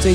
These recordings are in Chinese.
最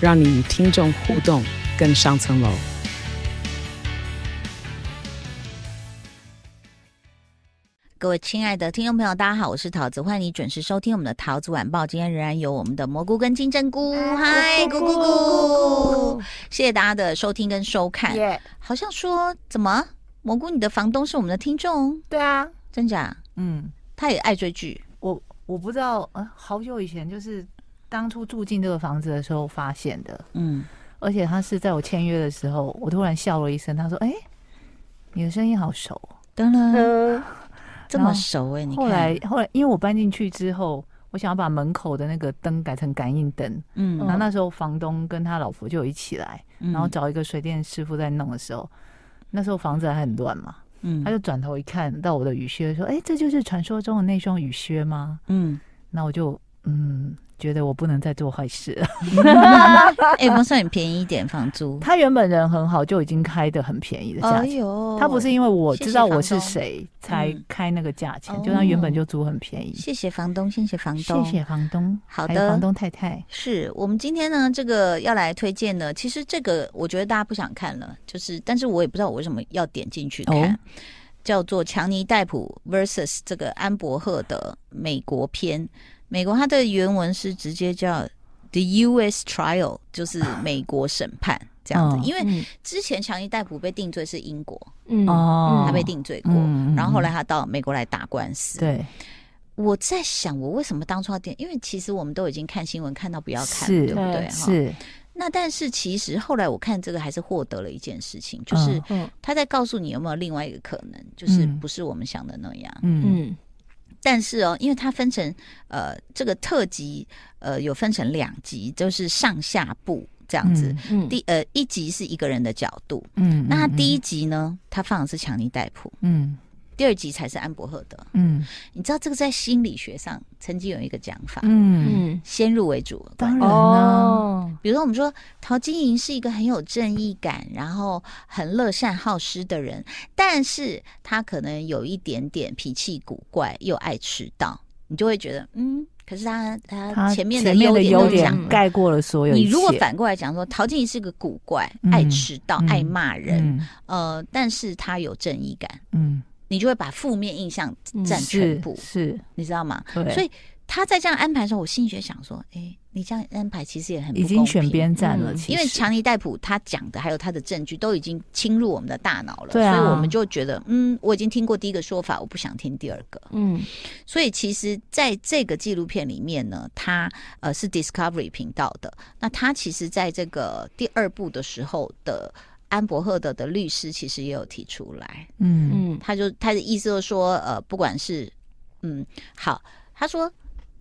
让你与听众互动更上层楼。各位亲爱的听众朋友，大家好，我是桃子，欢迎你准时收听我们的桃子晚报。今天仍然有我们的蘑菇跟金针菇，嗨，咕咕咕，谢谢大家的收听跟收看。耶，好像说怎么蘑菇，你的房东是我们的听众，对啊，真假？嗯，他也爱追剧，我我不知道，呃，好久以前就是当初住进这个房子的时候发现的，嗯，而且他是在我签约的时候，我突然笑了一声，他说：“哎、你的声音好熟。哦噔噔， 这么熟哎、”你看，后来后来，因为我搬进去之后，我想要把门口的那个灯改成感应灯，嗯，然后那时候房东跟他老婆就有一起来，嗯然后，找一个水电师傅在弄的时候，那时候房子还很乱嘛，嗯他就转头一看到我的雨靴，说：“哎、这就是传说中的那双雨靴吗？” 嗯，那我就嗯，觉得我不能再做坏事了。 哎、我们算你便宜一点房租，他原本人很好，就已经开的很便宜的价哎钱。呦，他不是因为我谢知谢道房我是东谁才嗯开那个价钱，哦就他原本就租很便宜。谢谢房东，谢谢房谢东，谢房东，好还有的房东太太。是我们今天呢，这个要来推荐呢，其实这个我觉得大家不想看了，就是，但是我也不知道我为什么要点进去看，哦叫做强尼戴普 vs 这个安伯赫的美国篇。美国它的原文是直接叫 The U.S. Trial，就是 美国审判这样子，嗯因为嗯之前强尼戴普被定罪是英国，嗯哦他被定罪过，嗯嗯嗯然后后来他到美国来打官司。对，我在想，我为什么当初要点？因为其实我们都已经看新闻看到不要看了，是对不对？对哈是那但是其实后来我看这个还是获得了一件事情，就是嗯嗯他在告诉你有没有另外一个可能，就是嗯不是我们想的那样。嗯嗯但是哦，因为它分成呃这个特辑呃有分成两集，就是上下部这样子。嗯，第呃一集是一个人的角度，嗯那他第一一集呢，他放的是强尼戴普，嗯第二集才是安伯赫德。嗯你知道这个在心理学上曾经有一个讲法，嗯，嗯先入为主的观念当然啦，哦，比如说，我们说陶晶莹是一个很有正义感，然后很乐善好施的人，但是她可能有一点点脾气古怪，又爱迟到，你就会觉得，嗯，可是她她啊他前面的前面优的点优都点讲了盖过了所有一切。你如果反过来讲说，陶晶莹是个古怪，嗯爱迟到，嗯爱骂人，嗯呃，但是她有正义感，嗯，你就会把负面印象嗯占全是部，是，你知道吗？对所以她在这样安排的时候，我心里就想说，哎，你这样安排其实也很不已经公选平边站了，嗯其因为实强尼戴普他讲的还有他的证据都已经侵入我们的大脑了，对啊所以我们就觉得，嗯，我已经听过第一个说法，我不想听第二个。嗯所以其实在这个纪录片里面呢，它呃是 Discovery 频道的，那他其实在这个第二部的时候的。安伯赫德的律师其实也有提出来，嗯嗯他就他的意思就是说，呃，不管是嗯好，他说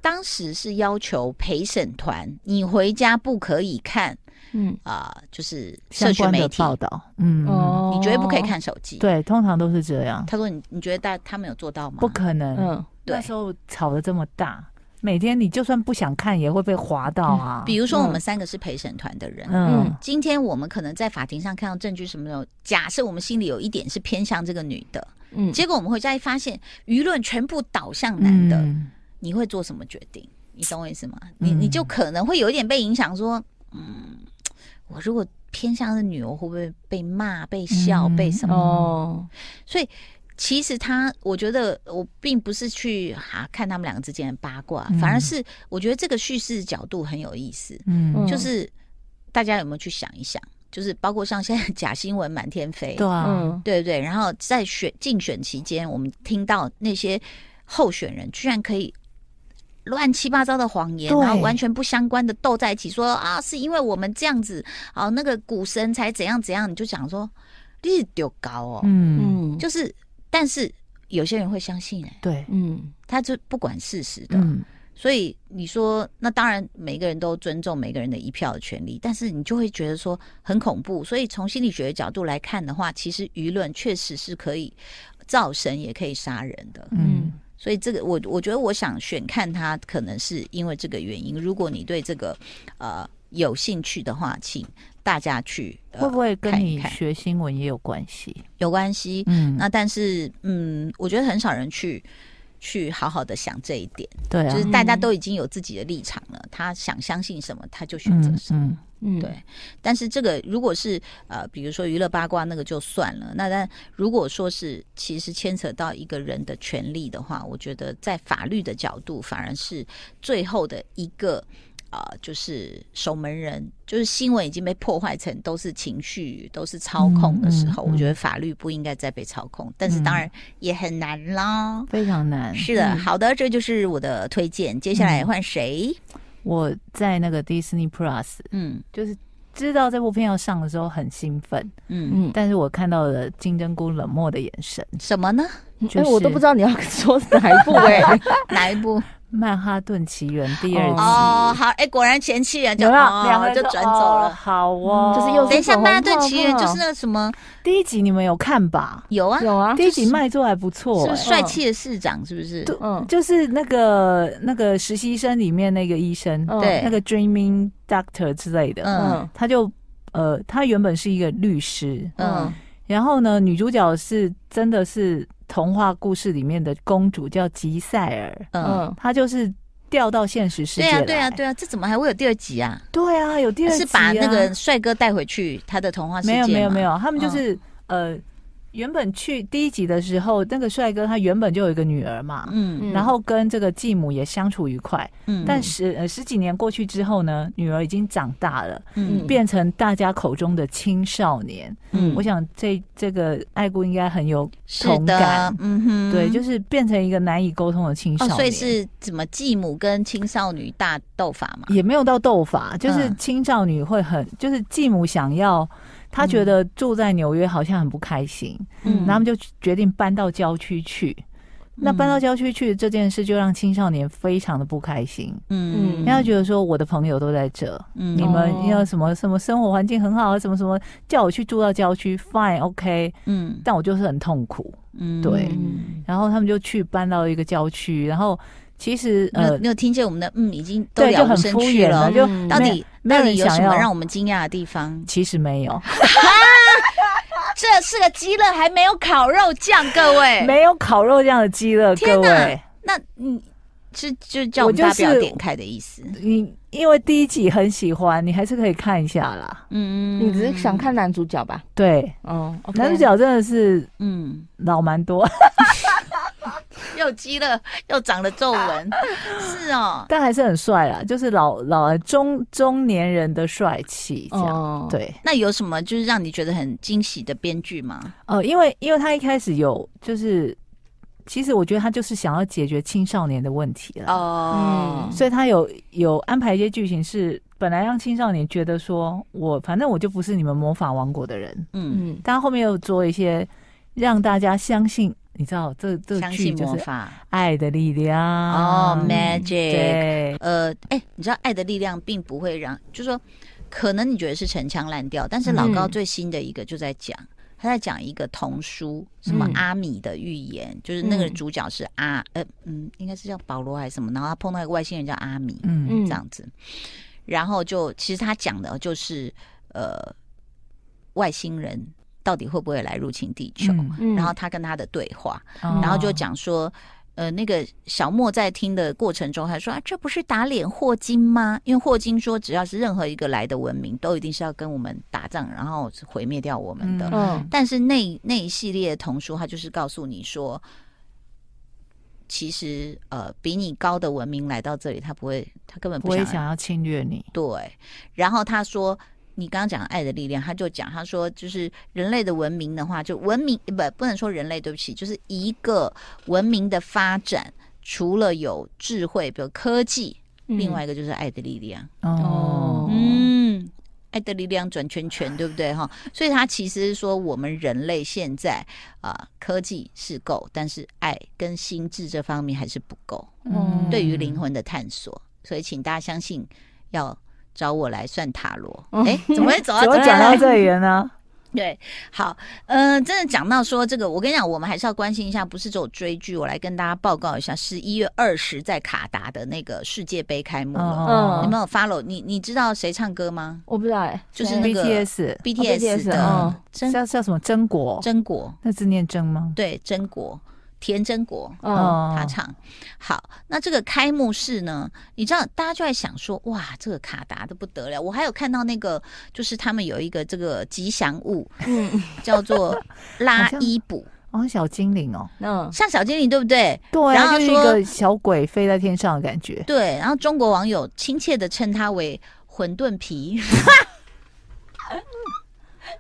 当时是要求陪审团，你回家不可以看嗯啊、就是社相群关媒的体，报道，嗯，哦，哦，你绝对不可以看手机。，对，通常都是这样，他说你你觉得大他们有做到吗？不可能。嗯哦对那时候吵得这么大，每天你就算不想看也会被划到啊。比如说我们嗯三个是陪审团的人。嗯嗯今天我们可能在法庭上看到证据什么的，假设我们心里有一点是偏向这个女的，嗯结果我们回家一发现舆论全部倒向男的，嗯你会做什么决定？你懂我意思吗？你嗯你就可能会有一点被影响，说，嗯，我如果偏向是女，我会不会被骂、被笑、嗯被什么？哦所以其实他，我觉得我并不是去哈、啊、看他们两个之间的八卦，嗯反而是我觉得这个叙事角度很有意思，嗯，嗯就是大家有没有去想一想，就是包括像现在假新闻满天飞，对啊，嗯对不对？然后在选竞选期间，我们听到那些候选人居然可以。乱七八糟的谎言，对然后完全不相关的斗在一起，说啊，是因为我们这样子，啊，那个股神才怎样怎样，你就讲说，你丢高哦，嗯，嗯就是，但是有些人会相信、欸，对，嗯他就不管事实的，嗯，所以你说，那当然每个人都尊重每个人的一票的权利，但是你就会觉得说很恐怖。所以从心理学的角度来看的话，其实舆论确实是可以造神，也可以杀人的。嗯所以这个我我觉得我想选看它，可能是因为这个原因。如果你对这个呃有兴趣的话，请大家去、呃、会不会跟看一你看学新闻也有关系？有关系？嗯，那但是嗯，我觉得很少人去去好好的想这一点，对啊就，是大家都已经有自己的立场了，他想相信什么他就选择什么。嗯嗯，对但是这个如果是呃，比如说娱乐八卦那个就算了，那但如果说是其实牵扯到一个人的权利的话，我觉得在法律的角度反而是最后的一个。啊、就是守门人，就是新闻已经被破坏成都是情绪、都是操控的时候，嗯嗯嗯我觉得法律不应该再被操控，但是当然也很难啦。非常难。是的，好的，这就是我的推荐。接下来换谁？我在那个 Disney Plus，嗯就是知道这部片要上的时候很兴奋，嗯，嗯，但是我看到了金针菇冷漠的眼神，什么呢？就哎，我都是不知道你要说哪一部哎， 哪一部？ 《曼哈顿奇缘》第二哦季。哦，好，哎，果然前妻人就有没有哦两个人就说转走哦了。好哦，嗯就是又等一下，粉《红曼哈顿泡奇缘》泡就是那个什么，第一集你们有看吧？有啊， 有 啊，第一集卖座还不错、是不欸，是帅气的市长？是不是？对嗯就是那个那个实习生里面那个医生，嗯对那个 Dreaming Doctor 之类的，嗯嗯他就呃，他原本是一个律师，嗯嗯然后呢，女主角是真的是童话故事里面的公主，叫吉赛尔，嗯，嗯，她就是掉到现实世界对啊，对啊，来对啊，这怎么还会有第二集啊？对啊，有第二集、是啊把那个帅哥带回去他的童话世界没有没有没有，有，他们就是、嗯呃，原本去第一集的时候，那个帅哥他原本就有一个女儿嘛，嗯嗯然后跟这个继母也相处愉快，嗯，但十呃十几年过去之后呢，女儿已经长大了，嗯变成大家口中的青少年。嗯我想这这个爱姑应该很有是同的感，，嗯哼，对，就是变成一个难以沟通的青少哦，年。所以是怎么继母跟青少女大斗法嘛？也没有到斗法，就是嗯青少女会很，就是继母想要，她觉得住在纽约好像很不开心，嗯然后他们就决定搬到郊区去。那搬到郊区去这件事，就让青少年非常的不开心，嗯嗯因为他觉得说我的朋友都在这，嗯你哦们要什么什么生活环境很好，什么什么叫我去住到郊区，fine OK，嗯但我就是很痛苦。嗯对嗯然后他们就去搬到一个郊区，然后其实你有呃你有听见我们的嗯已经都对就了无很生敷趣衍了哦嗯了，，就到底没有到人底有什想么要让我们惊讶的地方？哦其实没有，这是个鸡肋，还没有烤肉酱，各位。没有烤肉这样的鸡了，天各哪位。那你是就叫我我们就大表是点开的意思？你因为第一集很喜欢，你还是可以看一下啦。嗯你只是想看男主角吧？对，嗯，OK，男主角真的是嗯，老蛮多， 又鸡肋又长了皱 纹，是哦。但还是很帅啦，就是老老中中年人的帅气这样。哦，对，那有什么就是让你觉得很惊喜的编剧吗？呃，因为因为他一开始有就是，其实我觉得他就是想要解决青少年的问题了，嗯哦，所以他有有安排一些剧情是本来让青少年觉得说我反正我就不是你们魔法王国的人，嗯，嗯但他后面又做一些让大家相信，你知道这这个相嗯剧信就魔是法爱的力量哦嗯，magic。对，呃，哎，你知道《爱的力量》并不会让，就是说，可能你觉得是陈腔滥调，但是老高嗯最新的一个就在讲，他在讲一个童书，什么嗯阿米的预言，就是那个嗯主角是阿，呃，嗯，应该是叫保罗还是什么，然后他碰到一个外星人叫阿米，嗯嗯这样子，然后就其实他讲的就是，呃，外星人到底会不会来入侵地球，嗯嗯然后他跟他的对话，哦然后就讲说，呃，那个小莫在听的过程中还说啊，这不是打脸霍金吗？因为霍金说，只要是任何一个来的文明，都一定是要跟我们打仗，然后是毁灭掉我们的。嗯但是那那一系列的童书，它就是告诉你说，其实呃，比你高的文明来到这里，他不会，他根本不不会想想要侵略你，对，然后他说。你刚刚讲爱的力量，他就讲，他说就是人类的文明的话，就文明不不能说人类，对不起，就是一个文明的发展，除了有智慧，比如科技，另外一个就是爱的力量。哦哦，嗯，哎、爱的力量转圈圈，对不对哈？所以他其实是说，我们人类现在啊、科技是够，但是爱跟心智这方面还是不够，嗯对于灵魂的探索。所以，请大家相信，要找我来算塔罗。嗯哎、怎么会走到怎这么边讲到来？这里了呢？ 对，好，呃，真的讲到说这个，我跟你讲，我们还是要关心一下，不是只有追剧。我来跟大家报告一下，十一月二十在卡达的那个世界杯开哦幕了。嗯你们有 follow？你你知道谁唱歌吗我不知道哎，就是谁那个 BTS ？BTS 哦的曾叫叫什么真果？曾国，那字念真吗？对，曾国，田真国。嗯他唱好，那这个开幕式呢？你知道，大家就在想说，哇，这个卡达的不得了。我还有看到那个，就是他们有一个这个吉祥物嗯 叫做拉好像伊卜，哦，小精灵哦，嗯，像小精灵对不对？对然后啊，就是一说个小鬼飞在天上的感觉。对，然后中国网友亲切的称它为“馄饨皮”，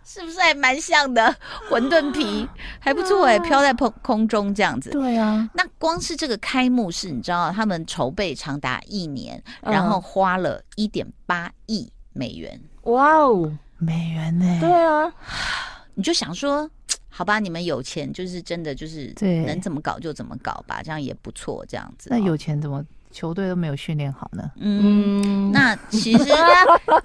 是不是还蛮像的？馄饨皮还不错哎、飘在空空中这样子。对啊，那光是这个开幕式，你知道他们筹备长达一年，嗯然后花了一点八亿美元。哇哦，美元呢、对啊，你就想说，好吧，你们有钱，就是真的就是对能怎么搞就怎么搞吧，这样也不错，这样子哦。那有钱怎么球队都没有训练好呢？嗯。嗯，那其实，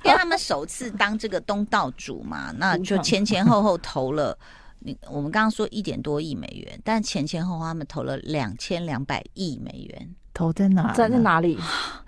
因为他们首次当这个东道主嘛，那就前前后后投了，你我们刚刚说一点多亿美元，但前前后后他们投了两千两百亿美元。投在哪儿呢？在在哪里？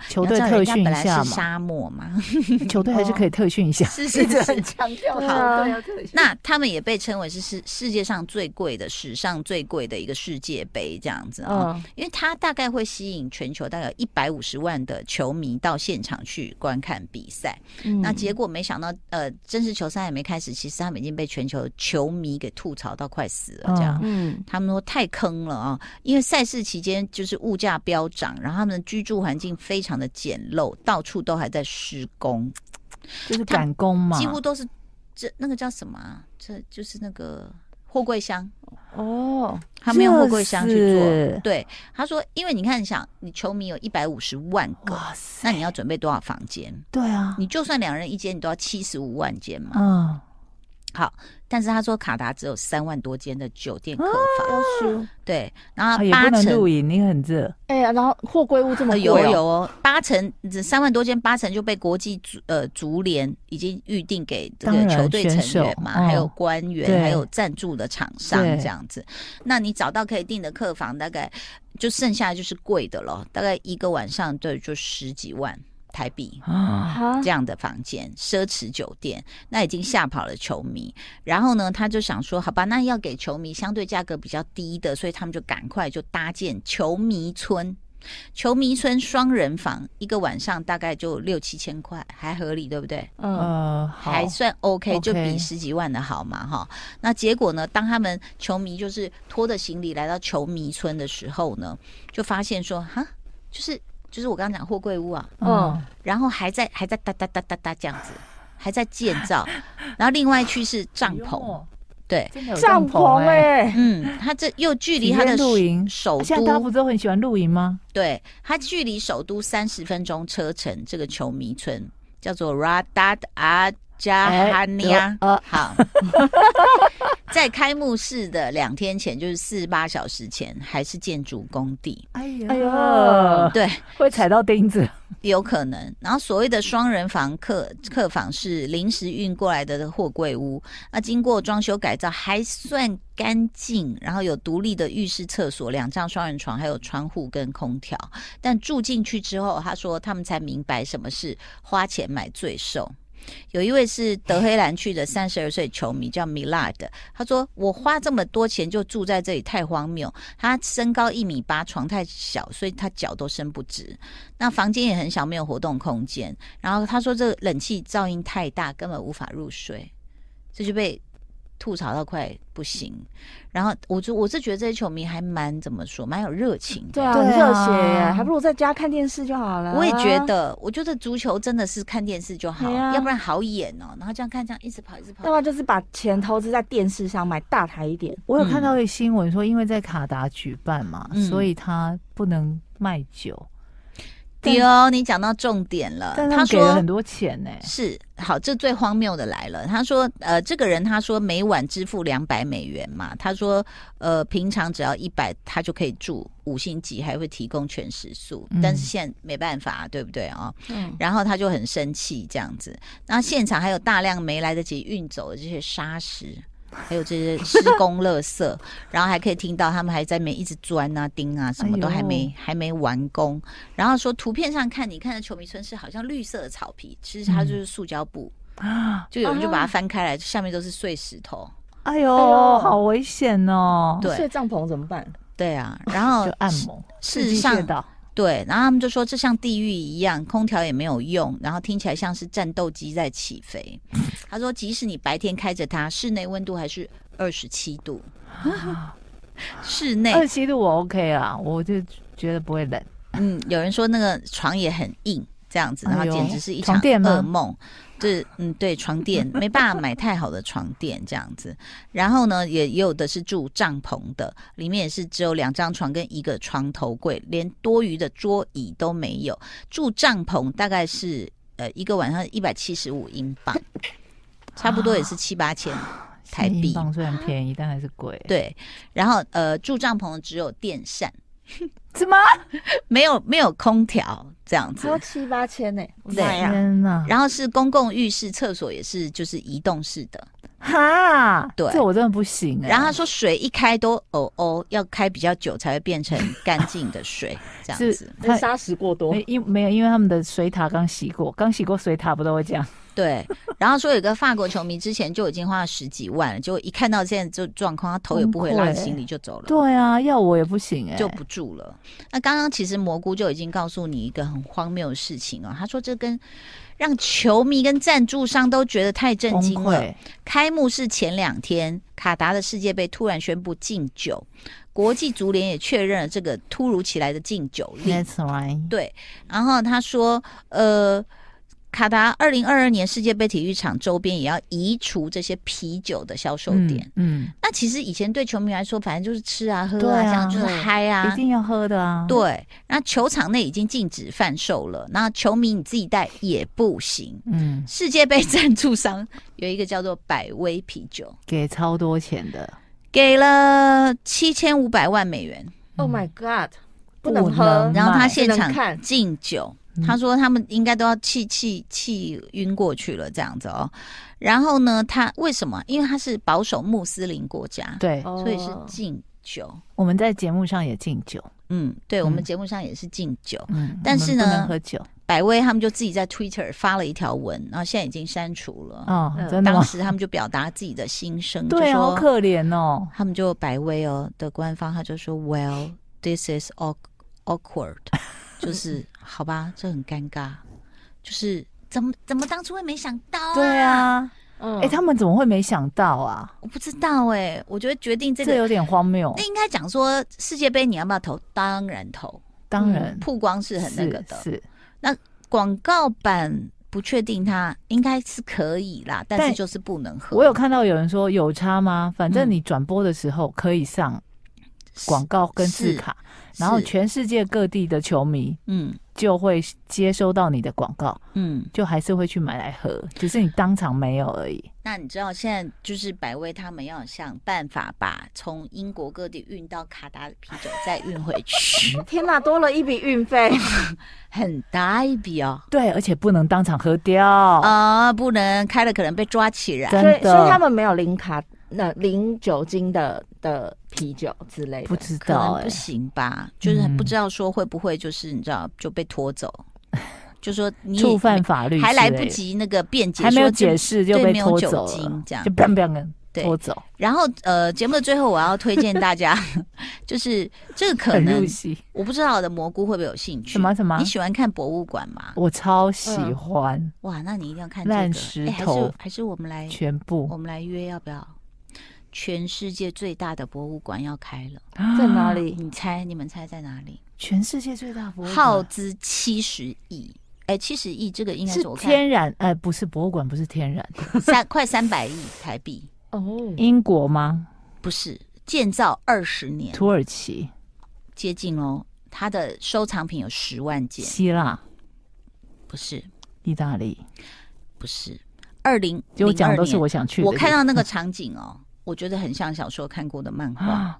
球队你要知道人特家训本一来下是嘛，沙漠嘛， 球队还是可以特训一下。是是是。强调好啊，那他们也被称为是世世界上最贵的、史上最贵的一个世界杯这样子啊、嗯因为它大概会吸引全球大概一百五十万的球迷到现场去观看比赛。嗯那结果没想到，呃，真实球赛还没开始，其实他们已经被全球球迷给吐槽到快死了，这样。嗯嗯他们说太坑了啊！因为赛事期间就是物价飙涨，然后他们的居住环境非常的简陋，到处都还在施工，就是赶工嘛，几乎都是这那个叫什么、啊？这就是那个货柜箱，哦，他们用货柜箱去这做是。对，他说，因为你看，你想，你球迷有一百五十万个，哇塞，那你要准备多少房间？对啊，你就算两人一间，你都要七十五万间嘛。嗯，但是他说卡达只有三万多间的酒店啊客房，要修，对，然后嗯啊也八不能成露营，你很热，哎呀，然后货柜物这么呃贵有哦有哦，八成这三万多间，八成就被国际足呃足联已经预定给这当个然球队选成手员嘛，哦还有官员，对还有赞助的厂商对这样子。那你找到可以订的客房，大概就剩下就是贵的咯，大概一个晚上对就十几万台币。啊，啊这，样的房间，奢侈酒店，那已经吓跑了球迷。然后呢，他就想说，好吧，那要给球迷相对价格比较低的，所以他们就赶快就搭建球迷村。球迷村双人房，一个晚上大概就六七千块，还合理，对不对？嗯呃，好，还算 OK， OK 就比十几万的好嘛，哈。那结果呢？当他们球迷就是拖着行李来到球迷村的时候呢，就发现说，哈，就是就是我刚刚讲货柜屋啊，嗯然后还在还在哒哒哒哒哒这样子，还在建造。然后另外一区是帐篷，哎对呦，真的有帐篷哎，哎，嗯，它这又距离它的体验露营首现在大家都不，是都很喜欢露营吗？对，它距离首都三十分钟车程。这个球迷村叫做 Radad a j a 哎 h a n i a 呃，好， 在开幕式的两天前，就是四十八小时前，还是建筑工地，哎呀哎呦对。会踩到钉子，有可能。然后所谓的双人房客客房是临时运过来的货柜屋，那经过装修改造还算干净，然后有独立的浴室、厕所、两张双人床，还有窗户跟空调。但住进去之后，他说他们才明白什么是花钱买罪受。有一位是德黑兰区的三十二岁球迷，叫米拉德。他说：“我花这么多钱就住在这里，太荒谬。他身高一米八，床太小，所以他脚都伸不直。那房间也很小，没有活动空间。然后他说，这个冷气噪音太大，根本无法入睡，这就被吐槽到快不行。然后我就我是觉得这些球迷还蛮怎么说，蛮有热情的。对啊，很对热啊血耶，还不如在家看电视就好了。我也觉，得，我觉得足球真的是看电视就好，对啊要不然好演哦。然后这样看，这样一直跑，一直跑要。么就是把钱投资在电视上，买大台一点。我有看到一个新闻说，因为在卡达举办嘛，嗯所以他不能卖酒，丢，你讲到重点了。但他他们给了说很多钱呢、是好，这最荒谬的来了。他说，呃，这个人他说每晚支付两百美元嘛，他说，呃，平常只要一百，他就可以住五星级，还会提供全食宿，嗯但是现在没办法，对不对啊、哦？嗯，然后他就很生气这样子。那现场还有大量没来得及运走的这些沙石。还有这些施工垃圾，然后还可以听到他们还在那边一直钻啊、钉啊，什么都哎呦还没、还没完工。然后说图片上看，你看的球迷村是好像绿色的草皮，其实它嗯就是塑胶布，啊，就有人就把它啊翻开来，下面都是碎石头。哎呦，呦好危险哦！对睡帐篷怎么办？对啊，然后 就按摩，事刺实激上穴道对，然后他们就说这像地狱一样，空调也没有用，然后听起来像是战斗机在起飞。他说，即使你白天开着它，室内温度还是二十七度， 室内二十七度我 OK 啊，我就觉得不会冷。嗯，有人说那个床也很硬，这样子，然后哎呦简直是一床场垫吗噩梦。就是嗯，对，床 垫没办法买太好的床垫这样子。然后呢，也也有的是住帐篷的，里面也是只有两张床跟一个床头柜，连多余的桌椅都没有。住帐篷大概是呃一个晚上一百七十五英 镑，差不多也是七八千台啊新英币。镑虽然便宜，但还是贵。，对，然后呃住帐篷的只有电扇，怎么？没有没有空调这样子超。七八千呢，我的对妈呀！天哪！哎然后是公共浴室、厕所也是就是移动式的。哈，对这我真的不行哎、然后他说水一开都哦哦，要开比较久才会变 成干净的水，这样是子。那他砂石过多没，哎因没有，因为他们的水塔刚洗过，刚洗过水塔不都会这样？对。然后说有一个法国球迷之前就已经花了十几万了，结果一看到现在这状况，他头也不回，崩溃拉着行李就走了。 对啊，要我也不行哎、就不住了。那刚刚其实蘑菇就已经告诉你一个很荒谬的事情哦，他说这跟让球迷跟赞助商都觉得太震崩惊了。 溃。开幕式前两天，卡达的世界杯突然宣布禁酒，国际足联也确认了这个突如其来的禁酒令。 That's right。对，然后他说，呃，卡达二零二二年世界杯体育场周边也要移除这些啤酒的销售点。嗯，那其实以前对球迷来说，反正就是吃啊、喝对啊，啊这样就是嗨嗯啊一。定要喝的啊。，对，那球场内已经禁止贩售了，那球迷你自己带也不行。嗯，世界杯赞助商有一个叫做百威啤酒，给超多钱的，给了七千五百万美元， Oh my god！不不能喝嗯能，然后他现只能场看敬酒嗯，他说他们应该都要气气气晕过去了这样子哦。然后呢，他为什么？因为他是保守穆斯林国家，对，哦所以是敬酒。我们在节目上也敬酒，嗯，对我们嗯节目上也是敬酒。嗯，但我们是呢不能喝酒百威他们就自己在 Twitter 发了一条文，然后现在已经删除了。哦，嗯真的呃当吗？时他们就表达自己的心声，就对啊，好说可怜哦，他们就百威哦的官方，他就说 Well, this is awk- awkward，就是好吧，这很尴尬，就是怎么怎么当初会没想到、啊？对，啊，嗯，哎，他们怎么会没想到啊？我不知道哎、我觉得决定这这个。有点荒谬那，应该讲说世界杯你要不要投？当然投，当然曝光是很那个的。是，广告版不确定它应该是可以啦，但是但就是不能喝。我有看到有人说有差吗？反正嗯你转播的时候可以上广告跟字卡，是，然后全世界各地的球迷嗯就会接收到你的广告，嗯，就还是会去买来喝，只是你当场没有而已。那你知道现在就是百威他们要想办法把从英国各地运到卡达的啤酒再运回去，天哪，多了一笔运费， 很大一笔哦。对，而且不能当场喝掉。啊、不能开了可能被抓起来。哦真所以的所以他们没有零卡那零酒精的的啤酒之类不的。知可能道哎、不行吧，就是嗯不知道说会不会就是你知道就被拖 走，就说你触犯法律之类的，还来不及那个辩解，还没有说这解释就对被没有拖酒走精了，这样就 bang bang 对拖走，然后呃，节目的最后我要推荐大家， 就是这个可很入能戏。我不知道我的蘑菇会不会有兴趣？什么什么你喜欢看博物馆吗？我超喜嗯欢哇，那你一定要看这个。烂石哎还头是还是我们来全我部。们来约要不要？全世界最大的博物馆要开了，在哪里？你猜你们猜在哪里？全世界最大博物馆耗资七十亿，哎，七十亿这个应该是是我看天然，哎、不是博物馆，不是天然，三快三百亿台币，哦，英国吗？不是建造二十年，土耳其接近哦。它的收藏品有十万件，希腊、不是意大利，不是。二零就零讲二的都是年我，想去的我地看方到那个场景哦，我觉得很像小时候看过的漫画《啊！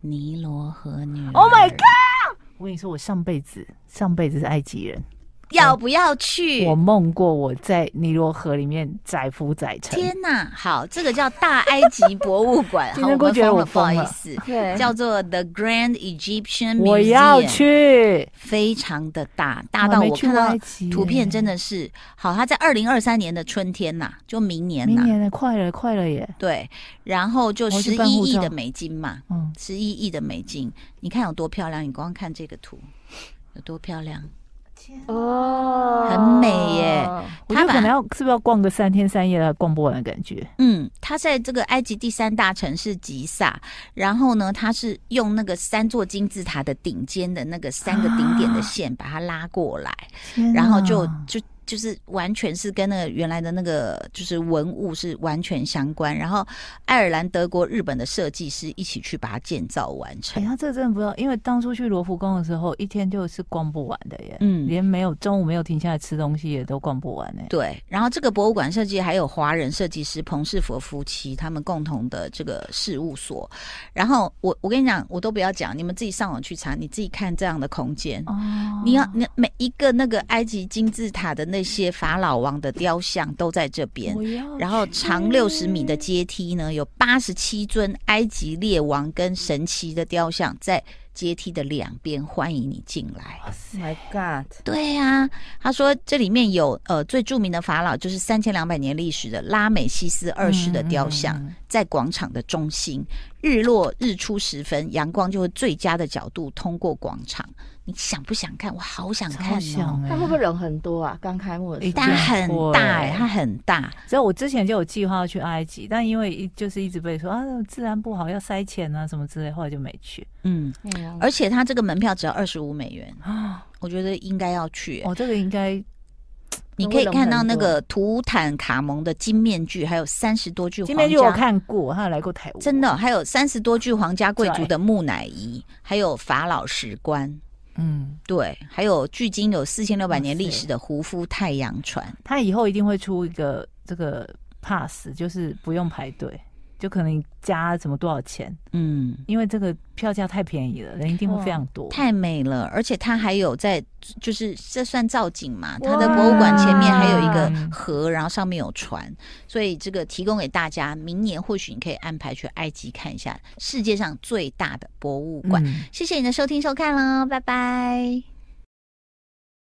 尼罗河女儿》。 Oh my god！我跟你说，我上辈子上辈子是埃及人，要不要去？我梦过我在尼罗河里面载浮载沉。，天呐，好，这个叫大埃及博物馆 今好，天我都们觉得疯我了，不好疯意了思，对叫做 The Grand Egyptian Museum，我要，去，非常的大，大我到没我去看过到埃及图片真的，的是好，它在二零二三年的春天呐、就明年明呐、年的快了，快了耶！对，然后就我十去办一护亿照的美金嘛，嗯，十一亿的美金，你看有多漂亮？你光看这个图有多漂亮？哦 Oh 很美耶我觉得把可能要是不是要逛个三天三夜，逛不完的感觉。嗯，它在这个埃及第三大城市吉萨，然后呢，它是用那个三座金字塔的顶尖的那个三个顶点的线把它拉过来，天然后就哪就就是完全是跟那个原来的那个就是文物是完全相关。然后爱尔兰、德国、日本的设计师一起去把它建造完哎、成。他这真的不知道，因为当初去罗浮宫的时候，一天就是逛不完的耶，嗯连没有中午没有停下来吃东西也都逛不完呢。欸对，然后这个博物馆设计还有华人设计师彭世佛夫妻他们共同的这个事务所。然后我我跟你讲，我都不要讲，你们自己上网去查，你自己看这样的空间。哦，你要你每一个那个埃及金字塔的那些法老王的雕像都在这边，我要然后长六十米的嗯阶梯呢，有八十七尊埃及列王跟神奇的雕像在阶梯的两边欢迎你进来。 ，My God，对呀、他说这里面有呃最著名的法老就是三千两百年历史的拉美西斯二世的雕像，嗯嗯嗯在广场的中心，日落日出时分，阳光就会最佳的角度通过广场。你想不想看？我好想看超哦！想哎、那会不会人很多啊？刚开幕的时一候，但定很会大哎、它很大，只要我之前就有计划要去埃及，但因为一就是一直被说啊治安不好要塞钱啊什么之类，后来就没去。嗯，嗯而且它这个门票只要二十五美元，啊，我觉得应该要去、欸。哦，这个应该你可以看到那个图坦卡蒙的金面具，还有三十多具今皇天就我家，看过，他有来过台湾，真的，还有三十多具皇家贵族的木乃伊，还有法老石棺，嗯，对，还有距今有四千六百年历哇史塞的胡夫太阳船。他以后一定会出一个这个 pass，就是不用排队，就可能加什么多少钱，嗯，因为这个票价太便宜了，人一定会非常多。太美了，而且它还有在，就是这算造景嘛？哇它的博物馆前面还有一个嗯河，然后上面有船，所以这个提供给大家，明年或许你可以安排去埃及看一下世界上最大的博物馆。嗯谢谢你的收听收看喽，拜拜。